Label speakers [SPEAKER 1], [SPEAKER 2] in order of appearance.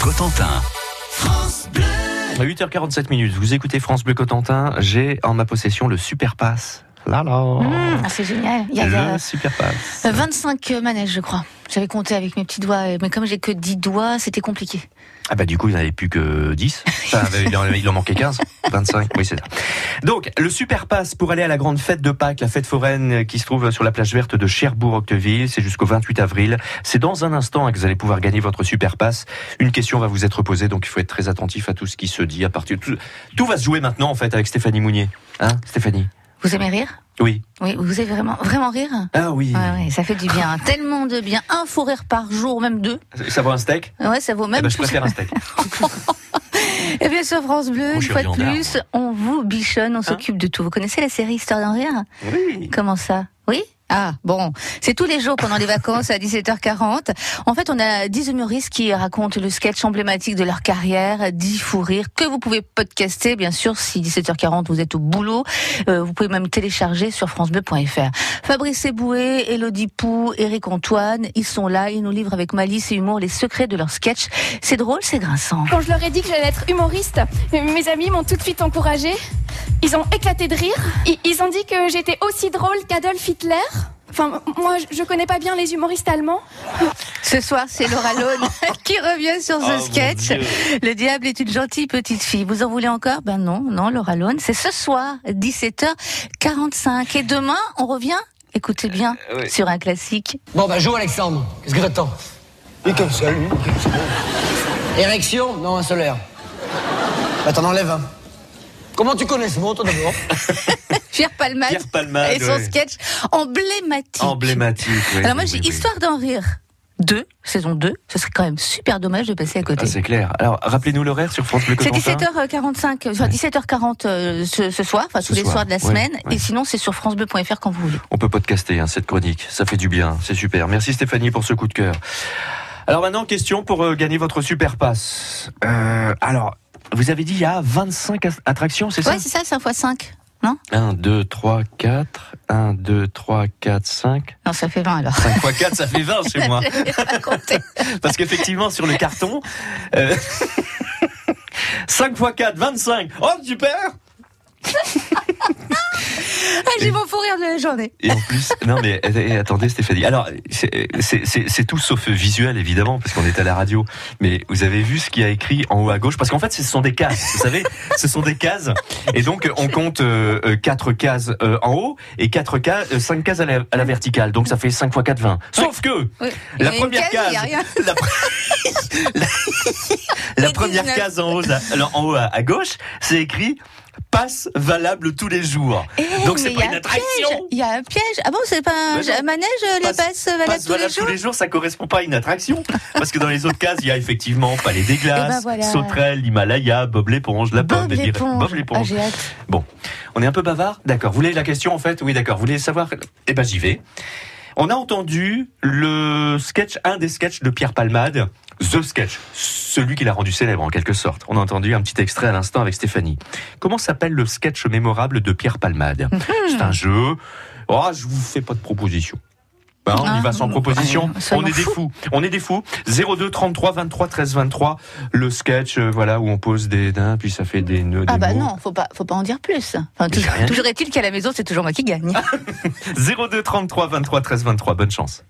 [SPEAKER 1] Cotentin.
[SPEAKER 2] France Bleu.
[SPEAKER 3] À 8h47 minutes, vous écoutez France Bleu Cotentin. J'ai en ma possession le Super Pass. Là là.
[SPEAKER 4] Mmh, ah, c'est génial. Il y a
[SPEAKER 3] le
[SPEAKER 4] euh,
[SPEAKER 3] Super Pass.
[SPEAKER 4] 25 manèges, je crois. J'avais compté avec mes petits doigts, euh, mais comme j'ai que 10 doigts, c'était compliqué.
[SPEAKER 3] Ah bah du coup, il n'en avait plus que 10. Enfin, il, en, il en manquait 15. 25, oui c'est ça. Donc, le super pass pour aller à la grande fête de Pâques, la fête foraine qui se trouve sur la plage verte de Cherbourg-Octeville, c'est jusqu'au 28 avril. C'est dans un instant que vous allez pouvoir gagner votre super pass. Une question va vous être posée, donc il faut être très attentif à tout ce qui se dit à partir de tout. Tout va se jouer maintenant en fait avec Stéphanie Mounier. Hein, Stéphanie
[SPEAKER 4] Vous aimez rire
[SPEAKER 3] Oui.
[SPEAKER 4] Oui, vous aimez vraiment, vraiment rire
[SPEAKER 3] Ah oui.
[SPEAKER 4] Ouais, ouais, ça fait du bien, hein. tellement de bien. Un faux rire par jour, même deux.
[SPEAKER 3] Ça vaut un steak
[SPEAKER 4] Ouais, ça vaut
[SPEAKER 3] Eh
[SPEAKER 4] même
[SPEAKER 3] ben, je
[SPEAKER 4] plus.
[SPEAKER 3] préfère un steak.
[SPEAKER 4] Et bien sur France Bleu,
[SPEAKER 3] Moi,
[SPEAKER 4] une
[SPEAKER 3] je suis
[SPEAKER 4] fois de
[SPEAKER 3] viandard,
[SPEAKER 4] plus, on vous bichonne,
[SPEAKER 3] Hein
[SPEAKER 4] on s'occupe de tout. Vous connaissez la série Histoire d'en rire
[SPEAKER 3] Oui.
[SPEAKER 4] Comment ça Oui ah bon, c'est tous les jours pendant les vacances à 17h40. En fait, on a 10 humoristes qui racontent le sketch emblématique de leur carrière, 10 fous rires que vous pouvez podcaster bien sûr si 17h40 vous êtes au boulot, Euh, vous pouvez même télécharger sur francebleu.fr. Fabrice Eboué, Elodie Pou, Eric Antoine, ils sont là, ils nous livrent avec malice et humour les secrets de leur sketch. C'est drôle, c'est grinçant.
[SPEAKER 5] Quand je leur ai dit que j'allais être humoriste, mes amis m'ont tout de suite encouragée. Ils ont éclaté de rire. I- Ils ont dit que j'étais aussi drôle qu'Adolf Hitler. Enfin, moi, je- je connais pas bien les humoristes allemands.
[SPEAKER 4] Ce soir, c'est Laura Lone qui revient sur ce
[SPEAKER 3] Oh, mon
[SPEAKER 4] sketch.
[SPEAKER 3] Dieu.
[SPEAKER 4] Le diable est une gentille petite fille. Vous en voulez encore Ben non, non, Laura Lone. C'est ce soir, 17h45. Et demain, on revient, écoutez bien,
[SPEAKER 3] Euh,
[SPEAKER 4] sur un classique.
[SPEAKER 6] Bon, bah, joue, Alexandre. Qu'est-ce que t'attends
[SPEAKER 7] Il est comme ça, lui.
[SPEAKER 6] Érection Non, un solaire.
[SPEAKER 7] Bah, t'en enlèves un.
[SPEAKER 6] Comment tu connais ce mot, toi, d'abord
[SPEAKER 4] Pierre Palmade.
[SPEAKER 3] Pierre Palmade,
[SPEAKER 4] Et son
[SPEAKER 3] ouais.
[SPEAKER 4] sketch emblématique.
[SPEAKER 3] Emblématique. oui,
[SPEAKER 4] Alors moi,
[SPEAKER 3] oui,
[SPEAKER 4] j'ai
[SPEAKER 3] oui, oui.
[SPEAKER 4] Histoire d'en rire. 2, saison 2. Ce serait quand même super dommage de passer à côté.
[SPEAKER 3] Ah, c'est clair. Alors, rappelez-nous l'horaire sur France Bleu
[SPEAKER 4] C'est
[SPEAKER 3] Cotentin.
[SPEAKER 4] 17h45, enfin 17h40 euh, ce, ce soir, enfin tous
[SPEAKER 3] Ce
[SPEAKER 4] les
[SPEAKER 3] soir,
[SPEAKER 4] soirs de la
[SPEAKER 3] ouais,
[SPEAKER 4] semaine.
[SPEAKER 3] ouais.
[SPEAKER 4] Et sinon, c'est sur francebleu.fr quand vous voulez.
[SPEAKER 3] On peut podcaster hein, cette chronique, ça fait du bien, c'est super. Merci Stéphanie pour ce coup de cœur. Alors maintenant, question pour euh, gagner votre super pass. Euh, alors, vous avez dit il y a 25 as- attractions, c'est
[SPEAKER 4] Ouais,
[SPEAKER 3] ça
[SPEAKER 4] c'est ça, 5 fois 5. Non
[SPEAKER 3] 1, 2, 3, 4, 1, 2, 3, 4, 5.
[SPEAKER 4] Non, ça fait 20 alors.
[SPEAKER 3] 5 x 4, ça fait 20 chez moi.
[SPEAKER 4] J'avais pas compté.
[SPEAKER 3] Parce qu'effectivement, sur le carton... euh, 5 x 4, 25. Oh, super
[SPEAKER 4] Ah, J'ai mon fou rire de la journée.
[SPEAKER 3] Et en plus, non mais eh, eh, attendez Stéphanie. Alors c'est- c'est c'est- c'est tout sauf visuel évidemment parce qu'on est à la radio. Mais vous avez vu ce qu'il y a écrit en haut à gauche parce qu'en fait ce sont des cases. Vous savez, ce sont des cases et donc on compte euh, euh, quatre cases euh, en haut et quatre cases, euh, cinq cases à la, à la verticale. Donc ça fait 5 x 4, 20. Sauf que
[SPEAKER 4] Oui.
[SPEAKER 3] la
[SPEAKER 4] Il y a une
[SPEAKER 3] première case,
[SPEAKER 4] case, il y a rien.
[SPEAKER 3] la, pre- la- la
[SPEAKER 4] Et
[SPEAKER 3] première
[SPEAKER 4] 19.
[SPEAKER 3] case en haut, là- alors, en haut à, à gauche, c'est écrit passe valable tous les jours.
[SPEAKER 4] Eh,
[SPEAKER 3] donc c'est
[SPEAKER 4] mais
[SPEAKER 3] pas
[SPEAKER 4] il y a
[SPEAKER 3] une
[SPEAKER 4] un
[SPEAKER 3] attraction.
[SPEAKER 4] piège. Il y a un piège. Ah bon, c'est pas un,
[SPEAKER 3] Mais non.
[SPEAKER 4] un manège, euh, les
[SPEAKER 3] Passe-
[SPEAKER 4] passes valables
[SPEAKER 3] passe
[SPEAKER 4] tous
[SPEAKER 3] valable
[SPEAKER 4] les jours
[SPEAKER 3] ça correspond pas à une attraction. Parce que dans les autres cases, il y a effectivement Palais des Glaces,
[SPEAKER 4] Eh ben voilà.
[SPEAKER 3] Sauterelle, l'Himalaya, Bob l'éponge, la pomme,
[SPEAKER 4] Bob
[SPEAKER 3] des pirates-
[SPEAKER 4] l'éponge.
[SPEAKER 3] Bob
[SPEAKER 4] Ah,
[SPEAKER 3] l'éponge.
[SPEAKER 4] j'ai hâte.
[SPEAKER 3] bon, on est un peu bavard. D'accord, vous voulez la question en fait Oui, d'accord. Vous voulez savoir Eh ben j'y vais. On a entendu le sketch, un des sketchs de Pierre Palmade, The Sketch, celui qui l'a rendu célèbre en quelque sorte. On a entendu un petit extrait à l'instant avec Stéphanie. Comment s'appelle le sketch mémorable de Pierre Palmade C'est un jeu. Oh, je vous fais pas de proposition. Bah, on y
[SPEAKER 4] Ah,
[SPEAKER 3] va sans proposition.
[SPEAKER 4] euh, soyons
[SPEAKER 3] on est des
[SPEAKER 4] fous.
[SPEAKER 3] fous. On est des fous. 02 33 23 13 23. Le sketch, euh, voilà, où on pose des nains, puis ça fait des nœuds.
[SPEAKER 4] Ah
[SPEAKER 3] des
[SPEAKER 4] bah
[SPEAKER 3] mots.
[SPEAKER 4] non, faut pas, faut pas en dire plus. Enfin,
[SPEAKER 3] j'ai
[SPEAKER 4] toujours-
[SPEAKER 3] rien dit.
[SPEAKER 4] toujours est-il qu'à la maison, c'est toujours moi qui gagne.
[SPEAKER 3] 02 33 23 13 23. Bonne chance.